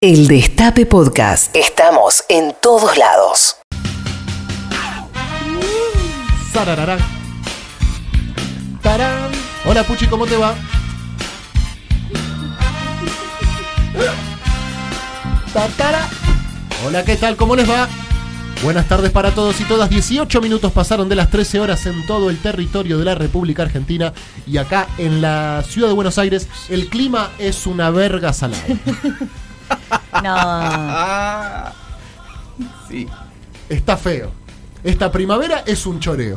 El Destape Podcast. Estamos en todos lados. Sararará. Tarán. Hola Puchi, ¿cómo te va? Tatara. Hola, ¿qué tal? ¿Cómo les va? Buenas tardes para todos y todas. 18 minutos pasaron de las 13 horas en todo el territorio de la República Argentina y acá en la ciudad de Buenos Aires el clima es una verga salada. No. Ah, sí. Está feo. Esta primavera es un choreo.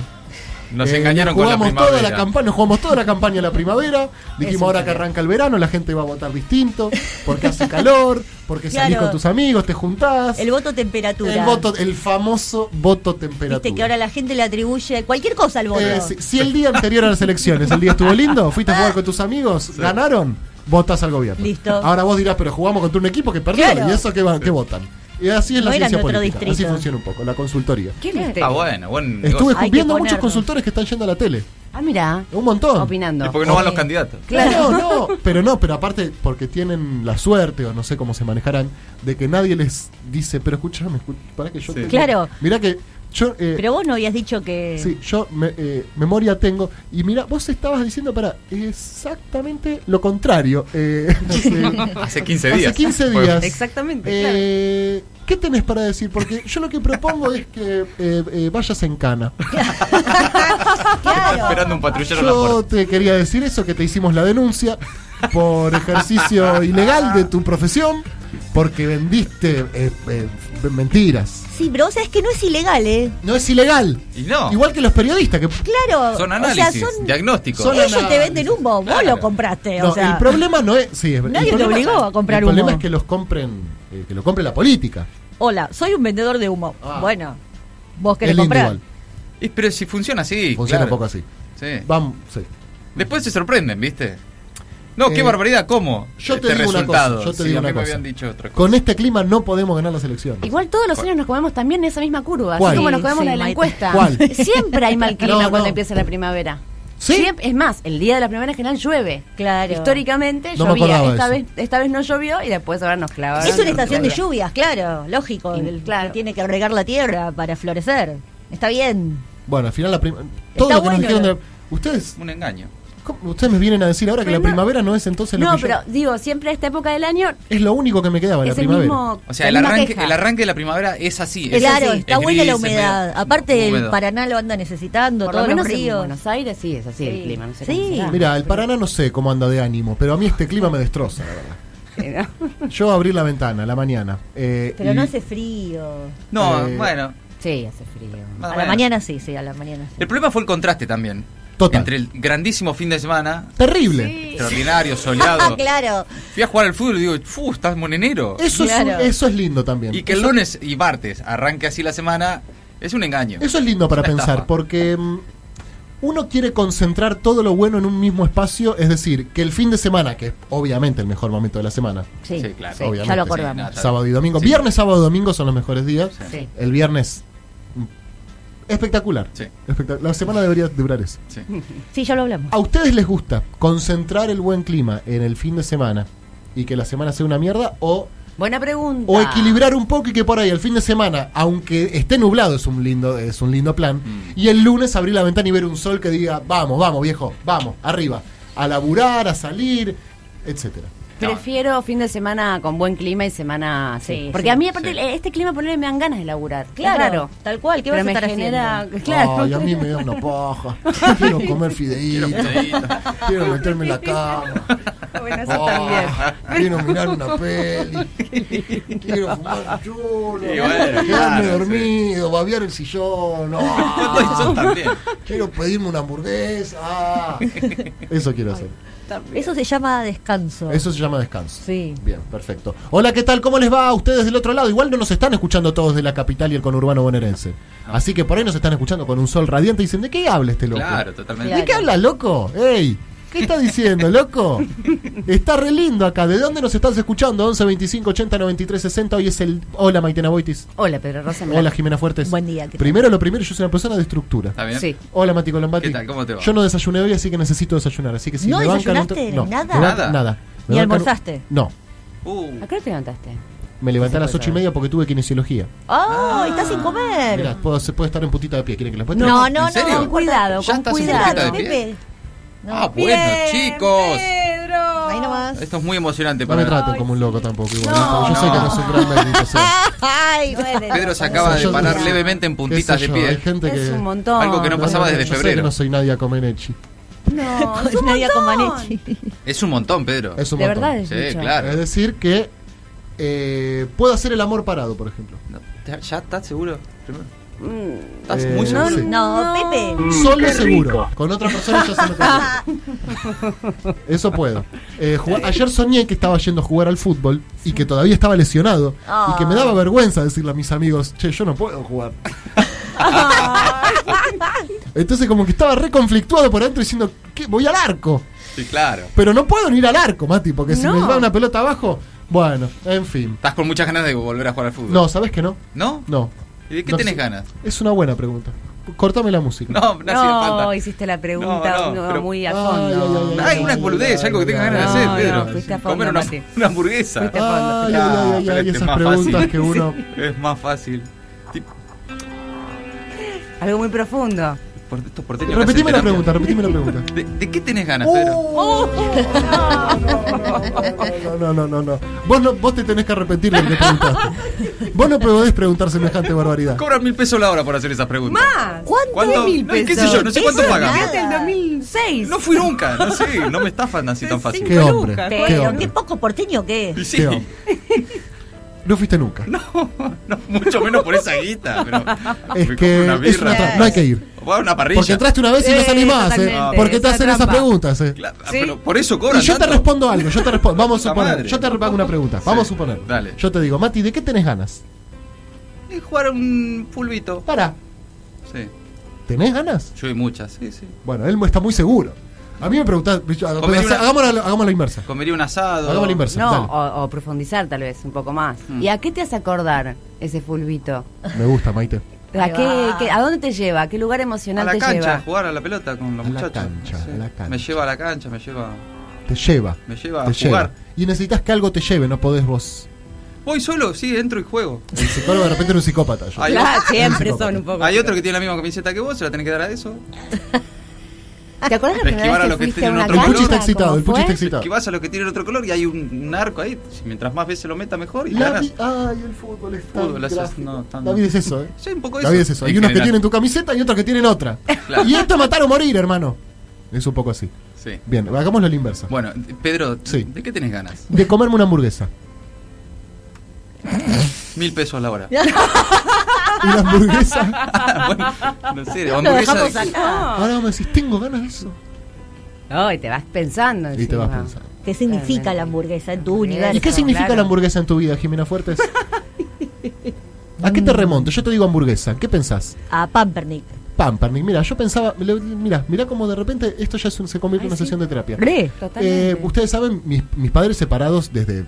Nos Eh, engañaron con la jugamos primavera. Toda la campa- nos jugamos toda la campaña a la primavera. Dijimos un ahora que choreo. arranca el verano, la gente va a votar distinto, porque hace calor, porque salís Claro. con tus amigos, te juntás. El voto temperatura. El voto, el famoso voto temperatura. Viste que ahora la gente le atribuye cualquier cosa al voto. Eh, si, si el día anterior a las elecciones, el día estuvo lindo, fuiste a jugar con tus amigos, ganaron, votas al gobierno. Listo. Ahora vos dirás, pero jugamos contra un equipo que perdió, Claro. y eso que, va- que votan. Y así es No la eran ciencia de otro política. Así distrito. funciona un poco, la consultoría. ¿Qué viste? Ah, bueno, buen Estuve negocio. Hay que viendo muchos ponernos. consultores que están yendo a la tele. Ah, mira. Un montón. Y Opinando. porque no van los candidatos. No, Claro. no, pero no, pero aparte porque tienen la suerte o no sé cómo se manejarán de que nadie les dice, pero escúchame, escu- para que yo Sí. te- Claro. Mirá que yo eh, Pero vos no habías dicho que. sí, yo me- eh, memoria tengo y mira, vos estabas diciendo para exactamente lo contrario. eh, hace- Hace 15 días. Hace 15 Fue- días. Exactamente. claro. Eh, ¿Qué tenés para decir? Porque yo lo que propongo es que eh, eh, vayas en cana. Estaba esperando un patrullero en la Yo puerta. te quería decir eso, que te hicimos la denuncia por ejercicio ilegal de tu profesión, porque vendiste eh, eh, mentiras. Sí, pero vos sabés que no es ilegal, ¿eh? No es ilegal. Y no. Igual que los periodistas que... Claro. Son análisis, o sea, son. diagnósticos. Son ellos te análisis. venden humo, vos Claro. lo compraste. No, o sea, el problema no es... Sí, es- el Nadie te problema- obligó a comprar El problema humo. es que los compren, eh, que lo compre la política. hola, soy un vendedor de humo. Ah. Bueno, vos Es querés lindo comprar. igual. Y- pero si funciona así. Funciona claro. Eh. un poco así. Sí. Vamos, sí. Después se sorprenden, ¿viste? No, qué Eh, barbaridad, ¿cómo? yo te este digo una resultado. cosa, yo te Sí, digo a una mí cosa. me habían dicho otra cosa. Con este clima no podemos ganar las elecciones. Igual todos los años nos comemos también esa misma curva, ¿Cuál? así como nos Sí, comemos sí, la de la Maite. encuesta. ¿Cuál? Siempre hay mal clima No, no. cuando empieza la primavera. ¿Sí? Siempre- es más, el día de la primavera en general llueve. Claro. Históricamente No me llovía. acordaba Esta de vez, eso. esta vez no llovió y después ahora nos clavaron. Es una estación de Claro. lluvias, claro, lógico. Y- el- claro. que Tiene que regar la tierra para florecer. Está bien. Bueno, al final la primavera... Todo Está lo que nos bueno, dijeron de- ¿no? Ustedes, Un engaño. ¿cómo- ustedes me vienen a decir ahora que Pero la no- primavera no es entonces lo No, que yo- pero digo, siempre a esta época del año Es lo único que me quedaba, la es el primavera. mismo. O sea, la el misma arranque, queja. el arranque de la primavera es así. es claro, así, está es buena la gris, es medio humedad. Aparte, el húmedo. Paraná lo anda necesitando, Por lo todos los menos en ríos. Buenos Aires sí es así Sí. el clima. No sé Sí. cómo será. Mira, el Paraná no sé cómo anda de ánimo, pero a mí este clima me destroza, la verdad. Eh, no. Yo abrí la ventana a la mañana. eh, Pero y- no hace frío. No, Eh, bueno. Sí, hace frío. más o A la menos. mañana sí, sí, a la mañana sí. El problema fue el contraste también. Total. Entre el grandísimo fin de semana, Terrible. extraordinario, Ah, soleado. claro. Fui a jugar al fútbol y digo, ¡fu! Estás monenero. Eso, es, Claro. un- eso es lindo también. Y que el Eso- lunes y martes arranque así la semana es un engaño. Eso es lindo para Una pensar, estafa. porque mm, uno quiere concentrar todo lo bueno en un mismo espacio, es decir, que el fin de semana, que es obviamente el mejor momento de la semana, Sí, Sí, claro, sí, obviamente, ya lo sí, acordamos. nada. Claro. sábado y domingo. Sí. Viernes, sábado y domingo son los mejores días. Sí. El viernes, mm, espectacular. Sí. Espectac- la semana debería durar eso. Sí. Sí, ya lo hablamos. Ah, ¿A ustedes les gusta concentrar el buen clima en el fin de semana y que la semana sea una mierda? ¿O, Buena pregunta. o equilibrar un poco y que por ahí el fin de semana, aunque esté nublado, es un lindo, es un lindo plan? Mm. Y el lunes abrir la ventana y ver un sol que diga, vamos, vamos, viejo, vamos, arriba, a laburar, a salir, etcétera. Prefiero fin de semana con buen clima y semana sí. Sí, Porque sí. a mí, aparte, Sí. este clima ponerle me dan ganas de laburar. Claro, Es raro. tal cual, ¿qué vas Pero a me estar genera- Claro. Ay, a mí me da una paja. Quiero comer fideitos. Quiero fideitos. Quiero meterme en la cama. Bueno, Ah, Quiero mirar una peli. Quiero fumar un chulo. Y bueno, quedarme claro, dormido, babear el sillón. ah, Eso también. quiero pedirme una hamburguesa. ah. Eso quiero hacer. Eso se llama descanso. Eso se llama descanso. Sí. Bien, perfecto. Hola, ¿qué tal? ¿Cómo les va a ustedes del otro lado? Igual no nos están escuchando todos de la capital y el conurbano bonaerense. Así que por ahí nos están escuchando con un sol radiante y dicen, ¿de qué habla este loco? Claro, totalmente. ¿De qué Claro. habla, loco? ¡Ey! ¿Qué está diciendo, loco? Está re lindo acá. ¿De dónde nos estás escuchando? 11 25 80 93 60. Hoy es el. Hola, Maitena Boitis. Hola, Pedro Rosa. Hola, Jimena Fuertes. Buen día, ¿qué tal? Primero lo primero, yo soy una persona de estructura. ¿Está bien? Sí. Hola, Mati Colombati. ¿Qué tal? ¿Cómo te va? Yo no desayuné hoy, así que necesito desayunar. Así que si ¿No me bancan un to- desayunaste? No, me ¿Nada? bancan- Nada. nada. Me ¿Ni bancan un- almorzaste? No. Uh, ¿A qué hora te levantaste? Me levanté a Sí, las puede ocho y ser. media porque tuve kinesiología. ¡Oh! Ah. Está sin comer. Mirá, puedo, se puede estar en puntita de pie. ¿Quieren que les muestre? no, ¿En no, no, serio? con cuidado, ¿Ya con estás sin cuidado. tarjeta de pie? Pepe. No. ah, bueno, chicos. Ahí nomás. Esto es muy emocionante No me para traten como un loco tampoco. Igual, No, yo sé no. que no soy un gran médico. o sea, Ay, Pedro se acaba de yo- parar levemente en qué puntitas sé de yo, Hay pie. gente que. Es un montón. Algo que no pasaba desde yo sé febrero. que no soy Nadia Comenechi. No, es Con un Nadia montón. Comaneci. Es un montón, Pedro. Es un De montón. verdad es Sí, mucho. Es claro. decir, que eh, puedo hacer el amor parado, por ejemplo. No, ¿Ya ya estás seguro? Primero. Mm. ¿Estás Eh, muy no, seguro? Sí. No, No. Pepe. Solo seguro. Con otra persona ya se me complica. Eso puedo. Eh, jugá- ayer soñé que estaba yendo a jugar al fútbol y que todavía estaba lesionado y que me Ah. daba vergüenza decirle a mis amigos, che, yo no puedo jugar. Entonces como que estaba re conflictuado por adentro diciendo, ¿qué? voy al arco. Sí, claro. Pero no puedo ni ir al arco, Mati, porque si No. me va una pelota abajo, bueno, en fin. Estás con muchas ganas de volver a jugar al fútbol. No, ¿sabes que no? ¿No? No. ¿Y de qué No tenés sé. ganas? Es una buena pregunta. Cortame la música. No, no, hacía No, falta. hiciste la pregunta No, no, uno pero- muy a Ay, fondo. ay, ay, Hay una boludez, algo que tengas ganas de No, hacer, Pedro. no, fuiste a fondo, Comer una, Mati. una hamburguesa. Fuiste a fondo. Ay, ay, Ah, ay, ay, pero ay, es esas más preguntas fácil. que uno. Es más fácil. Tipo, Algo muy profundo. por- estos porteños que Repetime la hacen pregunta, Uh. terapia. repetime la pregunta. ¿De, de qué tenés ganas, Pedro? No, no, no, no, no. Vos, no, vos te tenés que arrepentir de lo que preguntaste. Vos no podés preguntar semejante barbaridad. Cobran mil pesos la hora por hacer esas preguntas. ¡Más! ¿Cuánto? ¿Cuánto? mil No, ¿Qué sé pesos? yo? No sé cuánto Eso pagan. Desde el 2006. No fui nunca, no sé, no me estafan así tan fácil. Qué hombre, qué Pero qué hombre. poco porteño que Y es. sí, qué hombre. No fuiste nunca. no, mucho menos por esa guita, pero me es compro que Ah, una es una birra. tra- no hay que ir. O va a una parrilla. Porque entraste una vez y no Eh, salís más, eh. totalmente, Porque te esa hacen esas trampa. preguntas, eh. Claro, ah, Sí. pero por eso Y cobran yo te tanto. respondo algo, yo te respondo, vamos a Puta suponer, madre. yo te hago una pregunta, vamos a Sí, suponer. dale. Yo te digo, Mati, ¿de qué tenés ganas? Y jugar un fulbito. Para, Sí, ¿tenés ganas? yo y muchas. Sí, sí. Bueno, él está muy seguro. A mí me preguntás, yo- Comería hagamos la- una- hagamos la- hagamos la inversa. Comería un asado. Hagamos la inversa. No, dale. o, o profundizar tal vez un poco más. Mm. ¿Y a qué te hace acordar ese fulbito? Me gusta, Maite. ¿A, Ahí qué, va. qué- ¿A dónde te lleva? ¿A qué lugar A emocional la te cancha, lleva? a jugar a la pelota con los A la muchachos. cancha, a la cancha. Me lleva a la cancha, me lleva. Te lleva. Me lleva a te jugar. lleva. Y necesitas que algo te lleve, no podés vos. Voy solo, sí, entro y juego. El psicólogo de repente era un psicópata. yo. Ay, Claro, Hay un siempre psicópata. son un poco. Hay otro que tiene la misma camiseta que vos, se la tenés que dar a eso. ¿Te acuerdas la Esquivar primera a vez lo que que fuiste tiene a una otro cancha? color. El puchi está ¿Cómo excitado, el puchi fue? está excitado. Claro. Que vas a lo que tiene el otro color y hay un, un arco ahí. Si Mientras más veces lo meta, mejor y La ganas. vi- Ay, el fútbol es tan Fútbol, eso es- gráfico. no, tan- David es eso, ¿eh? Sí, un poco eso. David es eso. Hay En unos que general. tienen tu camiseta y otros que tienen otra. Claro. Y esto es matar o morir, hermano. Es un poco así. Sí. Bien, hagámoslo a la inversa. Bueno, Pedro, Sí. ¿de qué tenés ganas? De comerme una hamburguesa. Mil pesos la hora. Y la hamburguesa. No sé, hamburguesa de- Ah. Ahora vos me decís, tengo ganas de eso. No, y te vas pensando. Y te encima. vas pensando. ¿Qué significa Totalmente. la hamburguesa en tu Hamburguesa. universo? ¿Y qué significa Ah, claro. la hamburguesa en tu vida, Jimena Fuertes? ¿A Mm. qué te remonto? Yo te digo hamburguesa. ¿Qué pensás? A Pampernick. Pampernick. Mira, yo pensaba, le- mira, mira cómo de repente esto ya es un- se convierte en una sesión de terapia. Re, Totalmente. Eh, ustedes saben, mis, mis padres separados desde,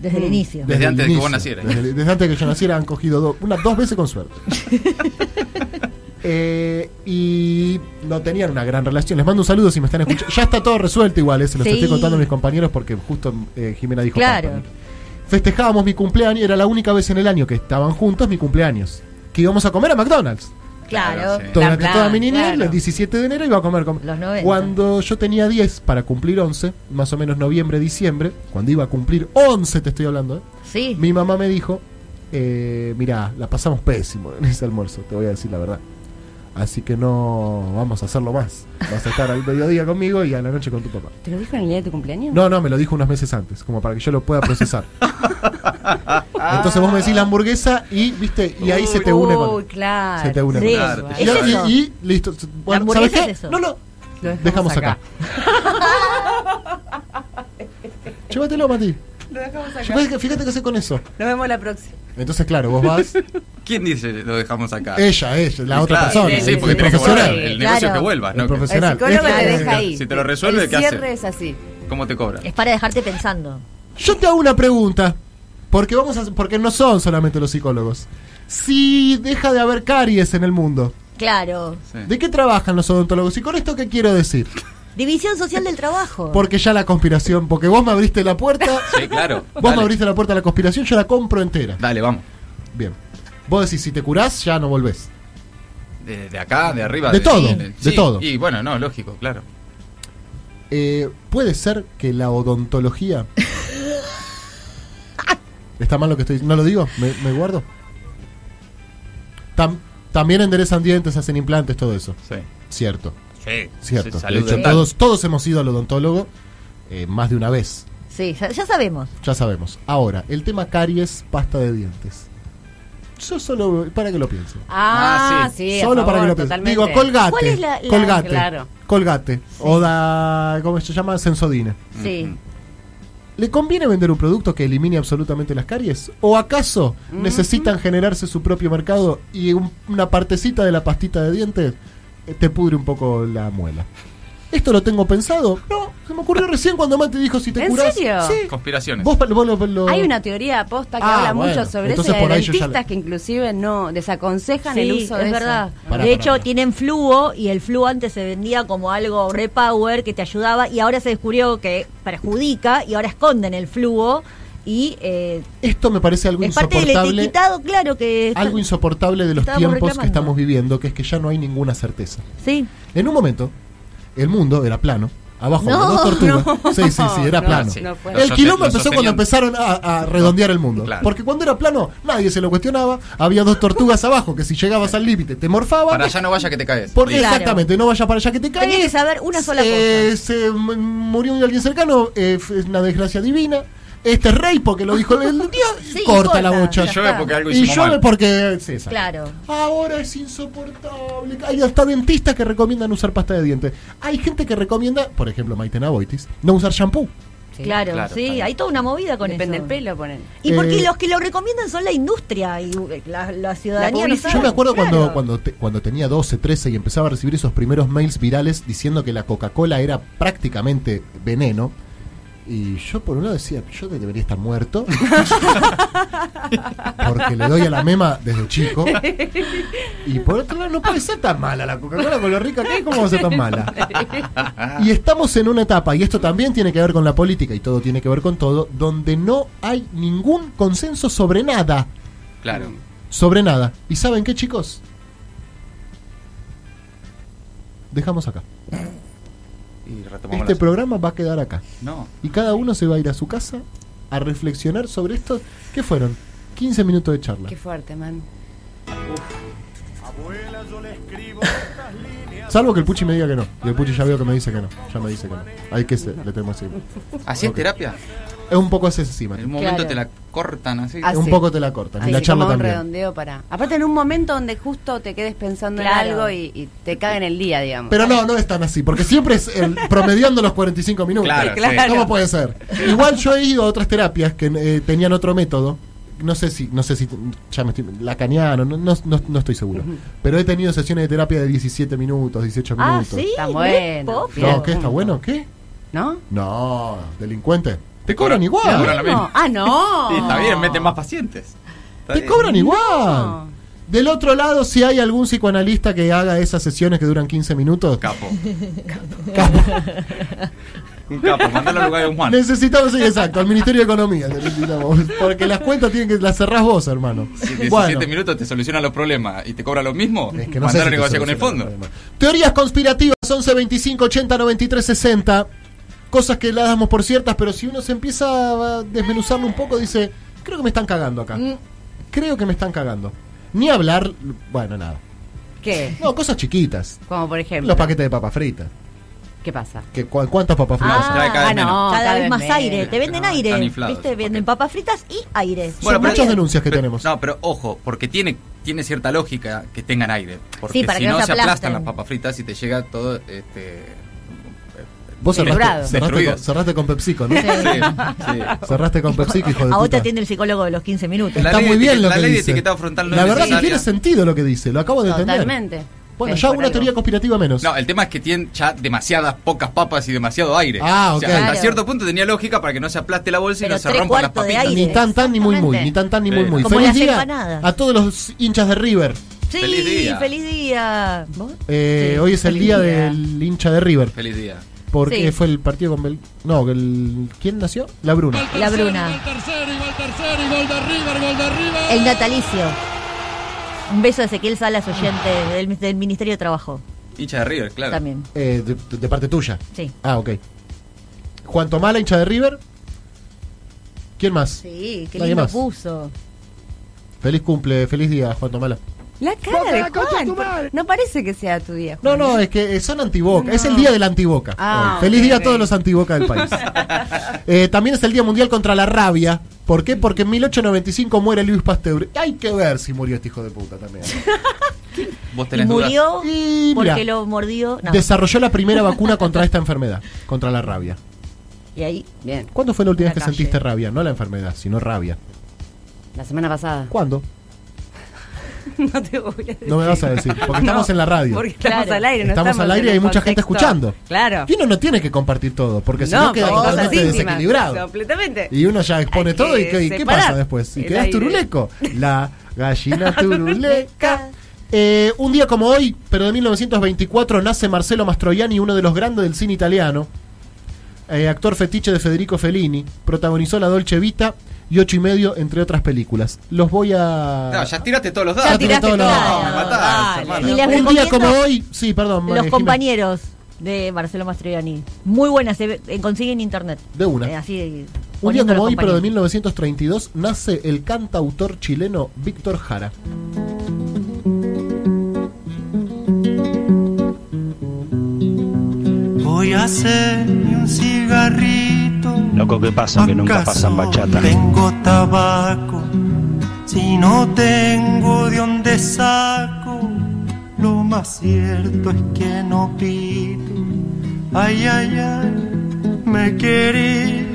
desde el inicio. Desde antes de que el inicio, vos nacieras. Desde, desde antes de que yo naciera han cogido do- una- dos veces con suerte. Eh, y no tenían una gran relación. Les mando un saludo si me están escuchando. Ya está todo resuelto igual, eh, se los Sí. estoy contando a mis compañeros porque justo eh, Jimena dijo Claro. Pampernick. Festejábamos mi cumpleaños, era la única vez en el año que estaban juntos mi cumpleaños. Que íbamos a comer a McDonald's. Claro. Claro, sí. Durante plan, toda mi niñez, claro. el 17 de enero iba a comer. com- Los 90. Cuando yo tenía 10 para cumplir 11, más o menos noviembre, diciembre, cuando iba a cumplir 11, te estoy hablando, ¿eh? Sí. mi mamá me dijo: eh, Mirá, la pasamos pésimo en ese almuerzo, te voy a decir la verdad. Así que no vamos a hacerlo más. Vas a estar al mediodía conmigo y a la noche con tu papá. ¿Te lo dijo en el día de tu cumpleaños? No, no, me lo dijo unos meses antes, como para que yo lo pueda procesar. Entonces vos me decís la hamburguesa y, viste, y ahí se te une con. Uy, claro. Se te une Sí. con. Claro, te ¿Es Y, lleva- eso? y- y listo. Bueno, hamburguesa ¿sabes qué? es eso. No, no. Lo Dejamos, acá. Llévatelo, Mati. Lo dejamos Fíjate, fíjate qué sé con eso. Nos vemos la próxima. Entonces, claro, vos vas. ¿Quién dice lo dejamos acá? ella, ella, la Y otra claro, persona. Sí, el- porque el tenés que volver. profesional. El negocio Claro. que vuelvas, El ¿no? El profesional. psicólogo te Este- deja ahí. Si te lo resuelve, el ¿qué hace? cierre es así. ¿Cómo te cobran? Es para dejarte pensando. Yo te hago una pregunta. Porque vamos a, porque no son solamente los psicólogos. Si deja de haber caries en el mundo, Claro. Sí. ¿de qué trabajan los odontólogos? Y con esto qué quiero decir. División Social del Trabajo. Porque ya la conspiración, porque vos me abriste la puerta. Sí, claro. Vos Dale, me abriste la puerta a la conspiración, yo la compro entera. Dale, vamos. Bien. Vos decís, si te curás, ya no volvés. De, de acá, de arriba. De todo, de sí, todo. Y bueno, no, lógico, claro. Eh, ¿Puede ser que la odontología... ¿Está mal lo que estoy diciendo? ¿No lo digo? ¿Me, me guardo? Tam- también enderezan dientes, hacen implantes, todo eso. Sí. Cierto, Sí. cierto. Sí, de salud hecho, dental. todos, todos hemos ido al odontólogo eh, más de una vez, Sí, ya, ya sabemos. ya sabemos. Ahora, el tema caries, pasta de dientes. Yo solo... Para que lo pienso. Ah, Ah, sí. sí. a Solo para que favor, lo pienses. totalmente. Digo, colgate. ¿Cuál es la- la- colgate. Claro. Colgate. O da. ¿Cómo se llama? Sensodine. Sí. ¿Le conviene vender un producto que elimine absolutamente las caries? ¿O acaso necesitan generarse su propio mercado y un- una partecita de la pastita de dientes eh, te pudre un poco la muela? ¿Esto lo tengo pensado? No, se me ocurrió recién cuando Mate dijo si te ¿En curás. serio? Sí. Conspiraciones. Vos, pa- vos lo- lo- Hay una teoría aposta que Ah, habla bueno. mucho sobre Entonces eso y por hay ahí yo ya dentistas la- que inclusive no desaconsejan Sí, el uso de es eso. verdad. Pará, de pará, hecho, pará. tienen fluo y el fluo antes se vendía como algo repower que te ayudaba y ahora se descubrió que perjudica y ahora esconden el fluo y eh, Esto me parece algo es parte del insoportable. etiquetado, claro que está- Algo insoportable de los Estábamos tiempos que reclamando. estamos viviendo, que es que ya no hay ninguna certeza. Sí. En un momento, el mundo era plano. Abajo de No, dos tortugas. no. sí, sí, sí, era No, plano. sí. No puede. El Lo quilombo soste- lo empezó cuando empezaron sostenían. a, a redondear el mundo. Claro. Porque cuando era plano, nadie se lo cuestionaba. Había dos tortugas abajo que si llegabas al límite te morfaban. Para allá no vaya que te caes. Porque Listo. Claro. exactamente, no vayas para allá que te caes. Tenía que saber una sola Eh, Se m- murió alguien cercano, eh, fue una desgracia divina. Este es rey porque lo dijo el dios. Sí, corta, corta. la bocha. Y llueve porque algo Y hicimos llueve mal. porque. sí, exacto. Claro. Ahora es insoportable. Hay hasta dentistas que recomiendan usar pasta de dientes. Hay gente que recomienda, por ejemplo, Maitena Boitis, no usar shampoo. Sí. claro, claro, sí, claro. hay toda una movida con Depende eso. del pelo, ponen. Y porque Eh, los que lo recomiendan son la industria y uh, la, la ciudadanía. no publicidad. Yo sabe. me acuerdo cuando Claro. cuando te- cuando tenía 12, 13 y empezaba a recibir esos primeros mails virales diciendo que la Coca-Cola era prácticamente veneno. Y yo por un lado decía, yo de- debería estar muerto. porque le doy a la mema desde chico. Y por otro lado, no puede ser tan mala la Coca-Cola con lo rica que es, ¿cómo va a ser tan mala? Y estamos en una etapa, y esto también tiene que ver con la política y todo tiene que ver con todo, donde no hay ningún consenso sobre nada. Claro. Sobre nada. ¿Y saben qué, chicos? Dejamos acá. Y retomamos Este la- programa va a quedar acá. No. Y cada uno se va a ir a su casa a reflexionar sobre esto. ¿Qué fueron? 15 minutos de charla. Qué fuerte, man. Salvo que el Puchi me diga que no. Y el Puchi ya veo que me dice que no. Ya me dice que no. Hay que se, le tenemos encima. ¿Así es terapia? Es un poco así encima. En un momento Claro. te la cortan así. Ah, Un sí. poco te la cortan. Y Así la charla como un también. redondeo para. Aparte, en un momento donde justo te quedes pensando Claro. en algo y, y te caguen el día, digamos. Pero no, no es tan así. Porque siempre es el, promediando los 45 minutos. Claro, Claro. sí. ¿Cómo puede ser? Igual yo he ido a otras terapias que eh, tenían otro método. No sé si, no sé si, ya me estoy, lacaniano, no, no, no, no estoy seguro. Pero he tenido sesiones de terapia de 17 minutos, 18 Ah, minutos. sí. Está Muy bueno. poco. No, ¿qué? ¿Está bueno? ¿Qué? ¿No? No, delincuente. Te cobran Te igual. cobran lo mismo. No. Ah, no. Sí, está bien, meten más pacientes. Está Te bien. cobran igual. No. Del otro lado, si hay algún psicoanalista que haga esas sesiones que duran 15 minutos, Capo. Un capo, mandalo al lugar de un Juan. necesitamos, sí, exacto, al Ministerio de Economía. necesitamos, porque las cuentas tienen que las cerrás vos, hermano. Si 17 Bueno. minutos te solucionan los problemas y te cobra lo mismo, Es que no sé si mandalo a te negociar con el soluciona fondo. el problema. Teorías conspirativas 11 25 80 93 60. Cosas que las damos por ciertas, pero si uno se empieza a desmenuzarlo un poco, dice: Creo que me están cagando acá. Mm. Creo que me están cagando. Ni hablar, bueno, nada. ¿Qué? No, cosas chiquitas. Como por ejemplo. Los paquetes de papas fritas. ¿Qué pasa? Que, cu- ¿Cuántas papas fritas? Ah, cada vez menos. cada, vez más aire. Te venden No, aire. están inflados ¿Viste? esos Venden paquetes. papas fritas y aire. Bueno, Son pero- muchas denuncias que Pero- tenemos. No, pero ojo, porque tiene, tiene cierta lógica que tengan aire. Porque Sí, para si que no, no se se aplastan aplasten. las papas fritas y te llega todo este. Vos cerraste, Destruido. cerraste, con, Destruido. cerraste con PepsiCo, ¿no? Sí, sí. Cerraste con PepsiCo, hijo de A vos te puta. atiende el psicólogo de los 15 minutos. La Está ley muy de bien etiquet- lo la que ley de dice. etiquetado frontal no la es verdad que necesaria. tiene sentido lo que dice, lo acabo de entender. Totalmente. Bueno, Sí, ya por una algo. teoría conspirativa menos. No, el tema es que tiene ya demasiadas pocas papas y demasiado aire. Ah, O sea, ok. hasta Claro. cierto punto tenía lógica para que no se aplaste la bolsa Pero y no se tres rompan las cuartos de papitas. aire. ni tan tan ni muy muy, ni tan tan ni muy Sí. muy. Como Feliz las día empanadas. a todos los hinchas de River. Sí, Feliz día. feliz día. Eh, hoy es el feliz día día. del hincha de River. Feliz día. Porque Sí. fue el partido con Bel... No, el... ¿quién nació? La Bruna. La Bruna. El natalicio. Un beso a Ezequiel Salas, oyente del, del Ministerio de Trabajo. Hincha de River, claro. También. Eh, de, de parte tuya. Sí. Ah, ok. Juan Tomala, hincha de River. ¿Quién más? Sí, qué Nadie lindo más. puso. Feliz cumple, feliz día, Juan Tomala. La cara de Juan. No parece que sea tu día. No, no, es que eh, son antiboca. Es el día del antiboca. Ah, Hoy. Feliz ok, día ok. a todos los antiboca del país. Eh, también es el Día Mundial contra la Rabia. ¿Por qué? Porque en 1895 muere Luis Pasteur. Hay que ver si murió este hijo de puta también. Vos Y tenés dudas. murió Y porque mira, lo mordió. No. desarrolló la primera vacuna contra esta enfermedad, contra la rabia. Y ahí, bien. ¿Cuándo fue la última La vez que calle. sentiste rabia? No la enfermedad, sino rabia. La semana pasada. ¿Cuándo? No te voy a decir. No me vas a decir, porque estamos en la radio. Porque estamos Claro. al aire. no Estamos al aire y en hay un mucha gente contexto. escuchando. Claro. Y uno no tiene que compartir todo, porque si no No, queda con cosas totalmente íntimas, desequilibrado. Completamente. Y uno ya expone Hay todo y, que qué- y qué separar pasa después. Y el quedas aire. turuleco. La gallina turuleca. Eh, un día como hoy, pero de 1924, nace Marcelo Mastroianni, uno de los grandes del cine italiano. Eh, actor fetiche de Federico Fellini. Protagonizó La Dolce Vita y Ocho y Medio, entre otras películas. Los voy a... No, ya tiraste todos los datos. Ya tiraste no, todo. me matás, Dale. hermano. Y les un día recomiendo como hoy... Sí, perdón. eh, los Jimena. compañeros de Marcelo Mastroianni. Muy buenas, se ve- eh, consiguen en internet. De una. Eh, así, Un día poniendo como los hoy, pero de 1932, compañeros. nace el cantautor chileno Víctor Jara. Voy a hacerme un cigarrito. Loco, ¿qué pasa? Que nunca ¿Acaso pasan bachata. Tengo tabaco. Si no tengo de dónde saco, lo más cierto es que no pido. Ay, ay, ay, me querí.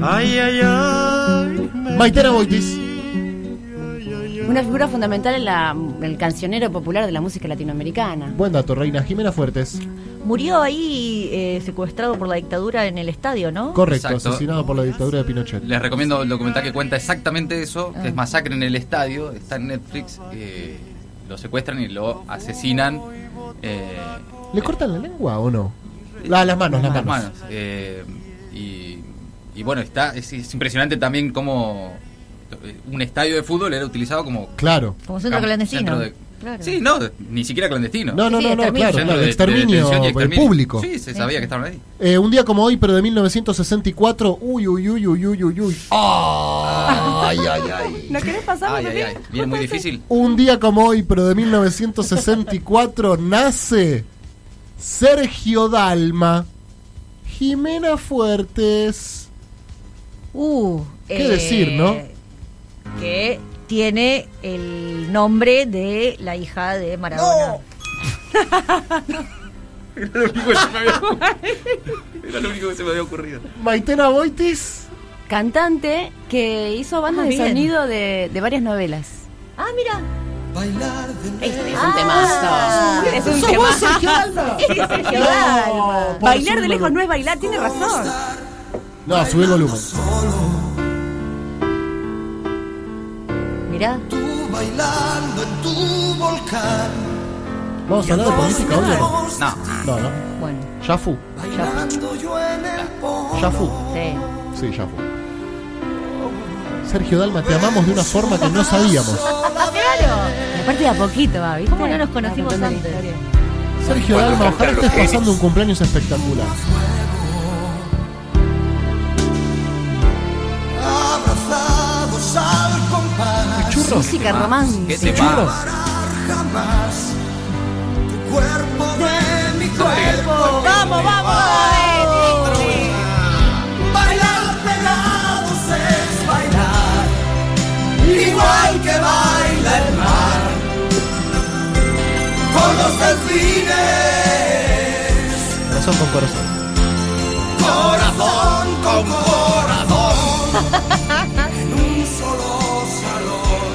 Ay, ay, ay. me Maitena querí. Boitis. Ay, ay, ay. Una figura fundamental en la, el cancionero popular de la música latinoamericana. Buen dato, Reina Jimena Fuertes. Murió ahí eh, secuestrado por la dictadura en el estadio, ¿no? Correcto, Exacto. asesinado por la dictadura de Pinochet. Les recomiendo el documental que cuenta exactamente eso, que es Masacre en el Estadio, está en Netflix, eh, lo secuestran y lo asesinan. eh, ¿Le cortan la lengua o no? La- las manos, las manos. eh, y, y bueno, está es, es impresionante también cómo eh, un estadio de fútbol era utilizado como... Claro. Como centro campo- clandestino. centro de- Claro. Sí, no, ni siquiera clandestino. No, no, Sí, no, no, exterminio. claro, Centro claro, de- de exterminio detención y del exterminio. público. Sí, se sabía que estaban ahí. Eh, un día como hoy, pero de 1964, uy, uy, uy, uy, uy, uy, uy. Ay, ay, ay. ¿No querés pasar? Ay, ay, ay. Viene muy difícil. Un día como hoy, pero de 1964, nace Sergio Dalma, Jimena Fuertes. Uh, ¿Qué decir, no? Que tiene el nombre de la hija de Maradona. Era lo único que se me había ocurrido. Era lo único que se me había ocurrido. Maitena Boitis. Cantante que hizo bandas Ah, de bien. sonido de, de varias novelas. Ah, mira. Es, un tema. Es un ¡Sos tema. vos, Sergio Dalma! Sergio No, Dalma. por Bailar su de lejos número. no es bailar, tiene razón. No, subí el volumen. Mirá. Vamos a hablar de política hoy o No. no? No, no. Bueno, Ya fu. ya. Ya fu. Sí. Sí, ya fu. Sergio Dalma, te amamos de una forma que no sabíamos. Y aparte de a poquito, va, ¿viste? ¿Cómo no nos conocimos Está contando antes? la historia. Sergio Dalma, ojalá estés pasando un cumpleaños espectacular. abrazados al compás. Churros. Música ¿Qué romántica. te Churros. pasa? Jamás tu cuerpo de mi cuerpo. Vamos, vamos. Bailar pegados es bailar, igual que baila el mar. Con los delfines, Corazón con corazón. corazón con corazón, en un solo salón.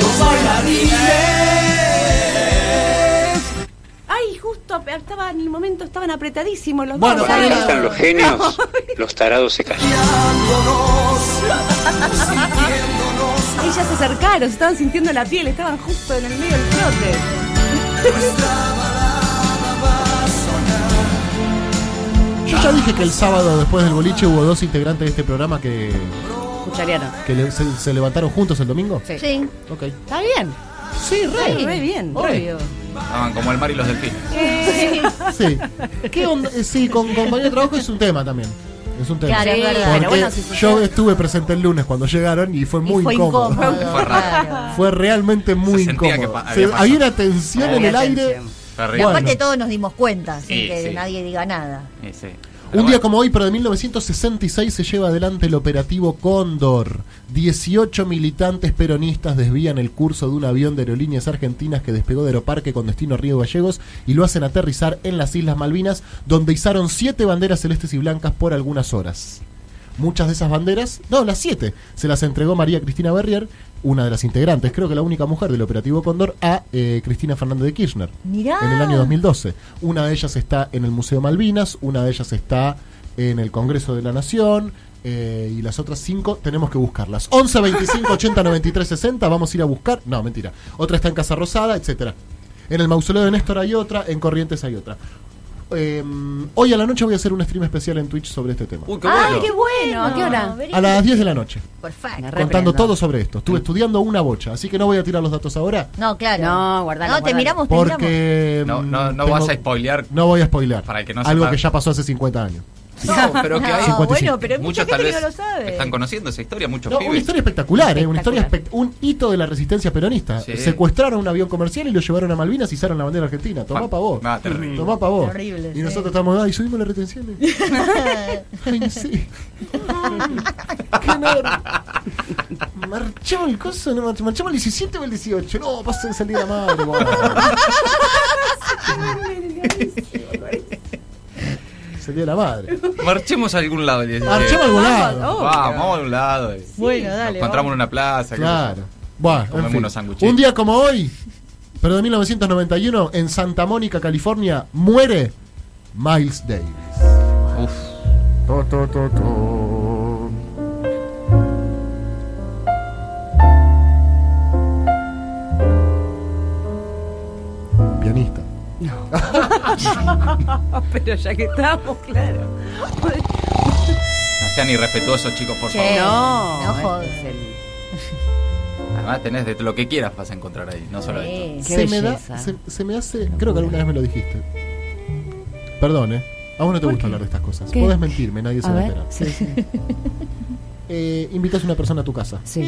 Dos bailarines. Ay, justo estaba en el momento, estaban apretadísimos los Bueno, dos. Ahí Javier. están están los genios, los tarados se callan. Guiándonos, sintiéndonos Ahí ya se acercaron, se estaban sintiendo la piel, estaban justo en el medio del flote. nuestra balada va a sonar. Ya dije que el sábado después del boliche hubo dos integrantes de este programa que, Cucharearon. que le- se, se levantaron juntos el domingo. Sí. Sí. Ok. Está bien. Sí, Sí, re. re bien. Re. Obvio. Estaban como el mar y los delfines. Sí. ¿Qué onda? Eh, Sí, con compañero de trabajo es un tema también. Es un tema. Claro, es verdad. Porque Pero bueno, sí, sí, yo sí. estuve presente el lunes cuando llegaron y fue muy y fue incómodo. incómodo. Fue raro. Claro. Fue realmente muy Se sentía incómodo. que Se- pa- había había, pasado. una tensión en Había el aire. tensión. Fue Y re- Bueno. aparte todos nos dimos cuenta, sin Sí, que sí. nadie diga nada. Eh, sí. Pero Un día bueno, como hoy, pero de 1966, se lleva adelante el operativo Cóndor. 18 militantes peronistas desvían el curso de un avión de aerolíneas argentinas que despegó de Aeroparque con destino a Río Gallegos y lo hacen aterrizar en las Islas Malvinas, donde izaron siete banderas celestes y blancas por algunas horas. Muchas de esas banderas, no, las siete, se las entregó María Cristina Berrier, una de las integrantes, creo que la única mujer del operativo Cóndor, a eh, Cristina Fernández de Kirchner Mirá. en el año 2012. Una de ellas está en el Museo Malvinas, una de ellas está en el Congreso de la Nación eh, y las otras cinco tenemos que buscarlas. 11, 25, 80, 93, 60, vamos a ir a buscar. No, mentira. Otra está en Casa Rosada, etcétera. En el mausoleo de Néstor hay otra, en Corrientes hay otra. Eh, hoy a la noche voy a hacer un stream especial en Twitch sobre este tema. Uy, qué Ah, bueno. ¡Ay, qué bueno! ¿A qué hora? Vení. A las 10 de la noche, Perfecto. Reprenda. contando todo sobre esto. Estuve estudiando una bocha, así que no voy a tirar los datos ahora. No, claro. No, guardalo, No, te guardalo. miramos, te miramos. Porque. No, no, no mm, vas tengo- a spoilear. No voy a spoiler. Para que no Algo sepa. que ya pasó hace 50 años. No, pero que hay. No, 55. Ah, bueno, pero hay mucha Muchos gente tal que vez no lo sabe. están conociendo esa historia, muchos No, una pibes. historia espectacular, ¿eh? Una historia Espectacular. espect- un hito de la resistencia peronista. Sí. Secuestraron un avión comercial y lo llevaron a Malvinas y izaron la bandera argentina. Tomá Fa- pa' vos. Ah, terrible. Tomá pa' vos. Terrible, y sí. nosotros estamos, ay, subimos las retenciones. ay, sí. Qué nor- Marchamos el coso, no, march- marchamos el 17 o el 18. No, pasen salida madre, vos. Salida de la madre. Marchemos a algún lado. le- Marchemos a algún lado. Vamos, vamos a un lado. eh. Bueno, Nos dale. encontramos en una plaza. qué sé yo. Claro. Bueno, en Comemos fin. unos sanguchitos. Un día como hoy, pero de 1991, en Santa Mónica, California, muere Miles Davis. Uf. To, to, to, to. Pianista. Pero ya que estamos, claro. No sean irrespetuosos, chicos, por Che. favor. No, No este jodas. es el- Además, tenés de lo que quieras vas a encontrar ahí, no solo esto. Sí. Qué se, me da, belleza. se, se me hace. Creo que alguna vez me lo dijiste. Perdón, ¿eh? A vos no te gusta hablar de estas cosas. ¿Qué? Podés mentirme, nadie se A va a ver, enterar. sí, sí. Eh, invitas a una persona a tu casa. Sí,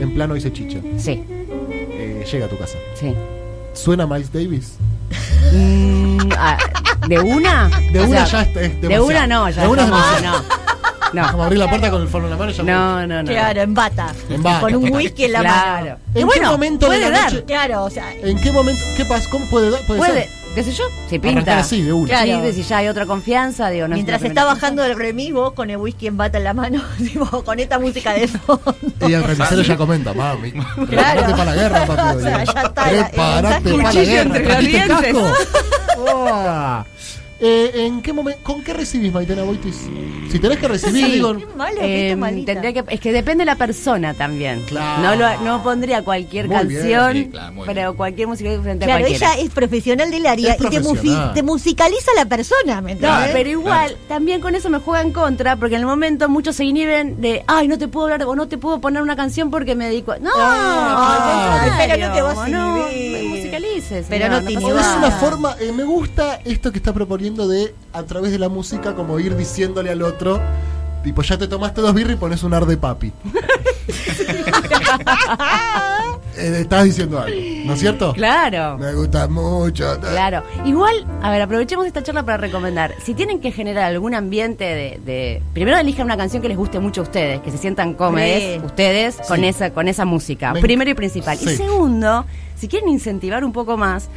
En plano hice chicha. sí, Eh, llega a tu casa. sí. ¿Suena Miles Davis? Mm, ah, ¿De una? De O una sea, ya es- es De demasiado. una no, ya. De una es estamos- demasiado. Vamos a No, abrir la puerta con el forno en la mano y ya me- no, no, no. no. Claro, en bata. En bata. Con un whisky en la Claro. mano. ¿En Y bueno, qué momento de puede la dar. noche? Claro, o sea, ¿En qué momento? ¿Qué pasa? ¿Cómo puede dar? Puede, Puede, ser. qué sé yo, se Arrancar pinta. así, de una. Claro. Sí, pues, si ya hay otra confianza, digo, no es mientras una está primera bajando del remis vos con el whisky en bata en la mano, tipo, con esta música de fondo. Y el remisero ya comenta, mami. Prepárate para la guerra, papi. O sea, ya está, la- Prepárate el para la cuchillo guerra. entre los ¿Trajiste dientes. casco? Ah. Eh, ¿En qué momento? ¿Con qué recibís, Maitena Boitis? Si tenés que recibir, Sí. digo. Qué malo, Eh, qué malita. tendría que, es que depende de la persona también. Claro. No, lo- no pondría cualquier Muy bien, canción, sí, claro, muy pero bien. cualquier música frente a Claro, cualquiera. ella es profesional del área Es y te, mufi- profesional. te musicaliza la persona, ¿me No, entendés? pero igual, también con eso me juega en contra, porque en el momento muchos se inhiben de, ay, no te puedo hablar o no te puedo poner una canción porque me dedico. a-". No, Ah, al contrario, pero no te vas a no, inhibir. musicalices. Pero no te pasa inhibas. Es nada. una forma, eh, me gusta esto que está proponiendo de a través de la música como ir diciéndole al otro, tipo ya te tomaste dos birras y pones un ar de papi. Eh, estás diciendo algo, ¿no es cierto? Claro. Me gusta mucho. Claro. Igual, a ver, aprovechemos esta charla para recomendar. Si tienen que generar algún ambiente de, de- primero elijan una canción que les guste mucho a ustedes, que se sientan cómodos Sí. ustedes con Sí. esa con esa música. Me enc- primero y principal. Sí. Y segundo, si quieren incentivar un poco más,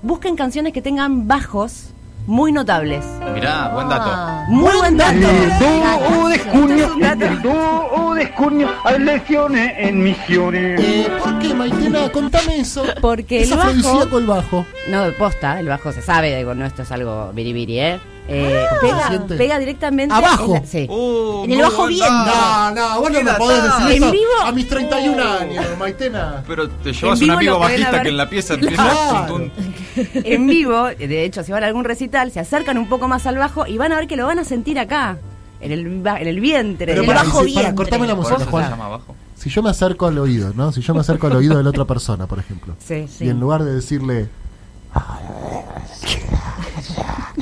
busquen canciones que tengan bajos muy notables. Mirá, buen dato. Ah. Muy buen dato. dúo de Esto Este junio, es un dato. el dúo de junio, hay lecciones en misiones. Eh, ¿Por qué, Maitena? Contame eso. Porque es el bajo- afrodisíaco el bajo. No, posta, el bajo se sabe, digo, no esto es algo biribiri, ¿eh? eh, Ah. pega, Siente. pega directamente Abajo. en la- sí. Uh, En el ojo bien. No, no, vos no me podés decir En eso vivo. a mis 31 años, Maitena. Pero te llevas En un vivo amigo lo pueden bajista haber- que en la pieza empieza Claro. un en vivo, de hecho, si van a algún recital, se acercan un poco más al bajo y van a ver que lo van a sentir acá, en el, ba- en el vientre. Pero en pará, la- bajo y si- pará, vientre. cortame la Por eso música, se Juan. llama abajo. Si yo me acerco al oído, ¿no? Si yo me acerco al oído de la otra persona, por ejemplo. Sí, sí. Y en lugar de decirle,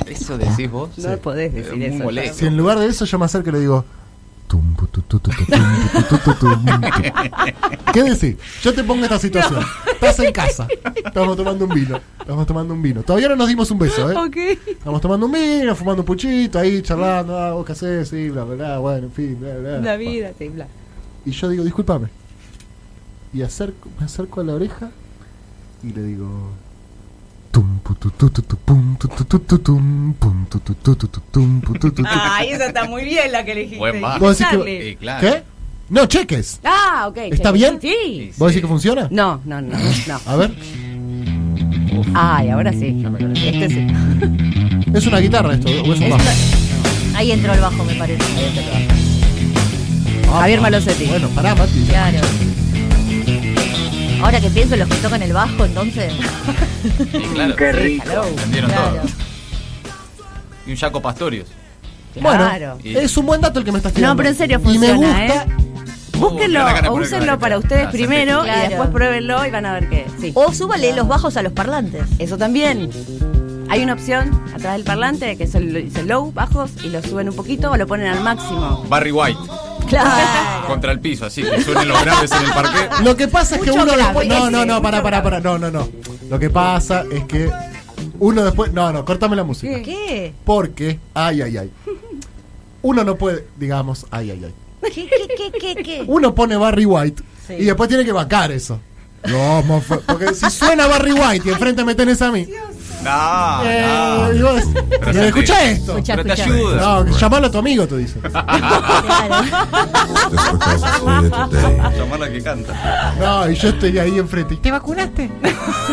Eso decís vos. No podés decir muy eso, molesto. si en lugar de eso yo me acerco y le digo, tum, pu, tu, tu, tu, tu, tum, pu, tu, tu, tu, tum, tu. ¿qué decís? Yo te pongo esta situación. Estás en casa, estamos tomando un vino, estamos tomando un vino. Todavía no nos dimos un beso, ¿eh? Ok. Estamos tomando un vino, fumando un puchito, ahí charlando, ah, vos qué hacés, sí, bla, bla, bla, bueno, en fin, bla, bla. La vida, sí, bla. Y yo digo, discúlpame. Y acerco, me acerco a la oreja y le digo. Tum, pu, tu, tu, tu, tu, pum, tu, tu, tu, tu, tum, pum, tu, tu, tu, tu, tu, tum, pu, tu, tu, tu. Ay, esa está muy bien la que elegiste. Buen bajo. Vos decís que- Dale. Eh, claro. ¿Qué? No, cheques. Ah, ok. ¿Está che. bien? Sí. ¿Vos Sí. decís que funciona? No, no, no, no. A ver, Ay, ahora sí. ya me lo- Este sí. es una guitarra esto, o es un bajo. Ahí entró el bajo, me parece. Ahí entró el bajo. Javier Malosetti. Bueno, pará, Mati. Claro. Ahora que pienso en los que tocan el bajo, entonces. Sí, claro. Qué rico. Entendieron Claro. todo. Y un Jaco Pastorius. Claro. Bueno, es un buen dato el que me estás tirando. No, pero en serio Y me funciona, gusta. ¿eh? Búsquenlo Oh, qué gana o por el úsenlo canal. para ustedes Ah, primero perfecto. y después Claro. pruébenlo y van a ver que sí. O súbale los bajos a los parlantes. Eso también. Hay una opción atrás del parlante que es el, dice low, bajos, y lo suben un poquito o lo ponen al máximo. Barry White. Claro. Contra el piso, así. Que suenen los graves en el parque. Lo que pasa es que Mucho uno grave, después. No, ese, no, no, mucho pará, pará, pará. No, no, no. Lo que pasa es que uno después. No, no, cortame la música. ¿Qué? Porque, ay, ay, ay. Uno no puede, digamos, ay, ay, ay. ¿Qué, qué, qué, qué, qué? Uno pone Barry White Sí. y después tiene que bancar eso. No, mo- fue- porque si suena Barry White y enfrente me tenés a mí. No, eh, no. y vos, Pero "Mira, sentí. escuchá esto. Escuchá, Pero te escuchá. ayuda. No, llamalo a tu amigo, te dice. Claro. Just because I saw you today, Llamarla que canta. No, y yo estoy ahí enfrente. ¿Y te vacunaste?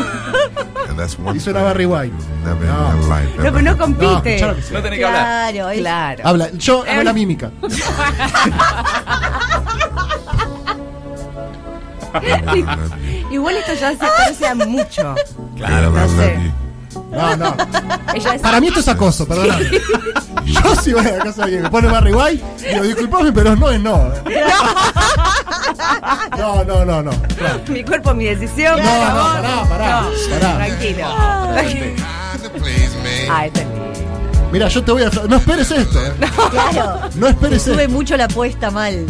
and that's one Y suena Barry White. thing never in No. my life. No, pero ever no No, compite. escuchá lo que Ah. sea. No tenés que hablar. Claro. ahí- Claro. Habla, yo hago la mímica. I love you. Igual esto ya se parece a mucho. Girl, I love you. No, no. Ella es Para mí esto es acoso, perdóname. Yo si voy a la casa de alguien, me pone Barry White, digo, disculpame, pero no es no. No, no, no, no. mi cuerpo, mi decisión. No, por no, pará, favor. pará, pará. Tranquilo. Trying to please me. Ah, este es Mira, yo te voy a. No esperes esto. eh. Claro. No esperes Sube esto. mucho la apuesta mal.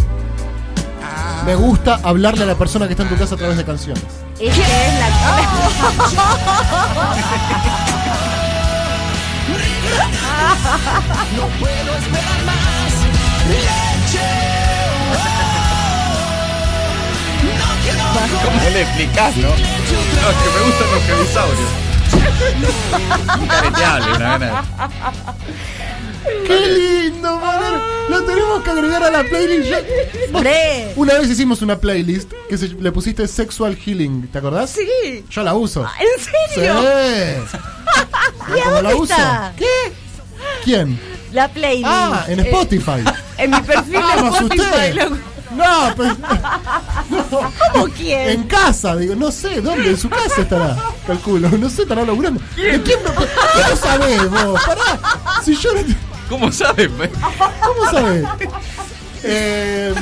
Me gusta hablarle a la persona que está en tu casa a través de canciones. Ella es la ¿Cómo le explicás, no? No, es que me gustan los cabezaurios. Careteable, una gana. ¡Qué lindo, poner! Lo tenemos que agregar a la playlist. ya. ¡Hombre! Una vez hicimos una playlist que se- le pusiste Sexual Healing, ¿te acordás? Sí. Yo la uso. ¿En Sí. serio? ¿Y dónde está? ¿Qué? ¿Quién? La playlist. Ah, en Spotify. En mi perfil de Ah, me asusté. Spotify. lo- No, pues, ¿Cómo quién? en casa, digo, no sé, ¿dónde? En su casa estará, calculo, no sé, estará laburando. ¿De quién me- ¿Qué lo sabés vos? Pará, si yo no te- ¿Cómo sabes? pe? ¿Cómo sabés? Eh,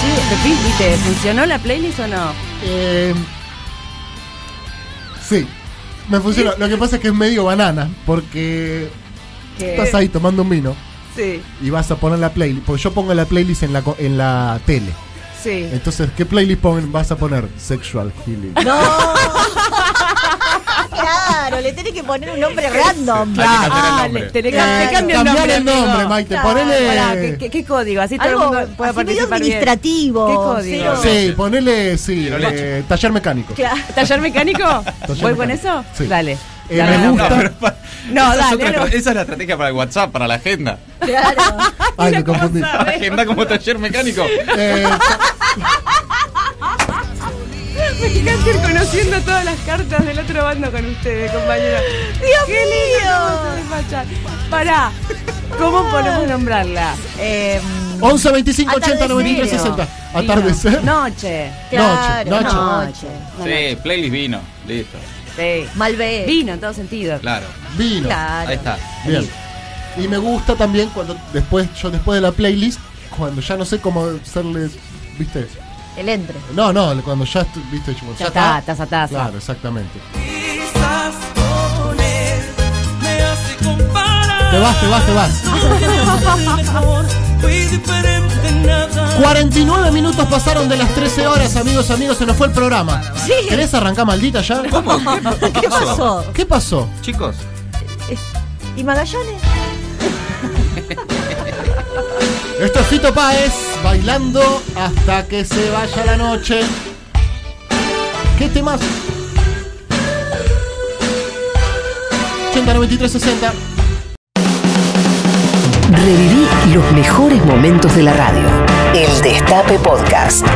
Sí, Pepín, ¿y te funcionó la playlist o no? eh, sí, me funciona. Lo que pasa es que es medio banana, porque estás ahí tomando un vino Sí, y vas a poner la playlist. Porque yo pongo la playlist en la, co- en la tele. sí. Entonces, ¿qué playlist pon- vas a poner? Sexual Healing. No. Claro, le tenés que poner un nombre random. Hay que cambiar el Ah, nombre. le tenés que- te cambia el Cambiar nombre, el nombre, amigo. Maite. Claro. Pará, ¿qué- Ponele. qué, qué código? Así todo Algo el mundo puede así medio participar bien. administrativo. ¿Qué código? Sí, ponele, sí, Pero eh, leche. taller mecánico. ¿Taller mecánico? ¿Voy con mecánico. eso? Sí. Dale. Eh, Dale, me dale. gusta. esa, No, es dale. otra no. estra- esa es la estrategia para el WhatsApp, para la agenda. Ay, me confundí. Agenda como taller mecánico. Eh, Me encanta ir conociendo todas las cartas del otro bando con ustedes, compañero. ¡Dios ¡Qué lindo! cómo se despachan. Pará, ¿cómo podemos nombrarla? Eh, 11 25 80 93 Atardecero. 60. Ah, Atardecer. Noche. claro, Noche, noche. noche. Sí, playlist vino. Listo. Sí. Malbec. Vino en todo sentido. Claro. Vino. Claro. Ahí está. Bien. Y me gusta también cuando después, yo después de la playlist, cuando ya no sé cómo hacerles, viste. El entre. No, no, cuando ya, estu- viste, ya, Ya está, taza, taza. Claro, exactamente. Quizás con él me hace comparar. Te vas, te vas, te vas. Porque no fui mejor, fui diferente en nada. 49 minutos pasaron de las 13 horas, amigos, amigos, se nos fue el programa. Sí. ¿Querés arrancar maldita ya? ¿Qué pasó? ¿Qué pasó? Chicos, ¿Y Magallanes? Esto es Fito Páez bailando hasta que se vaya la noche. ¿Qué temas? 80 93 60. Reviví los mejores momentos de la radio. El Destape Podcast.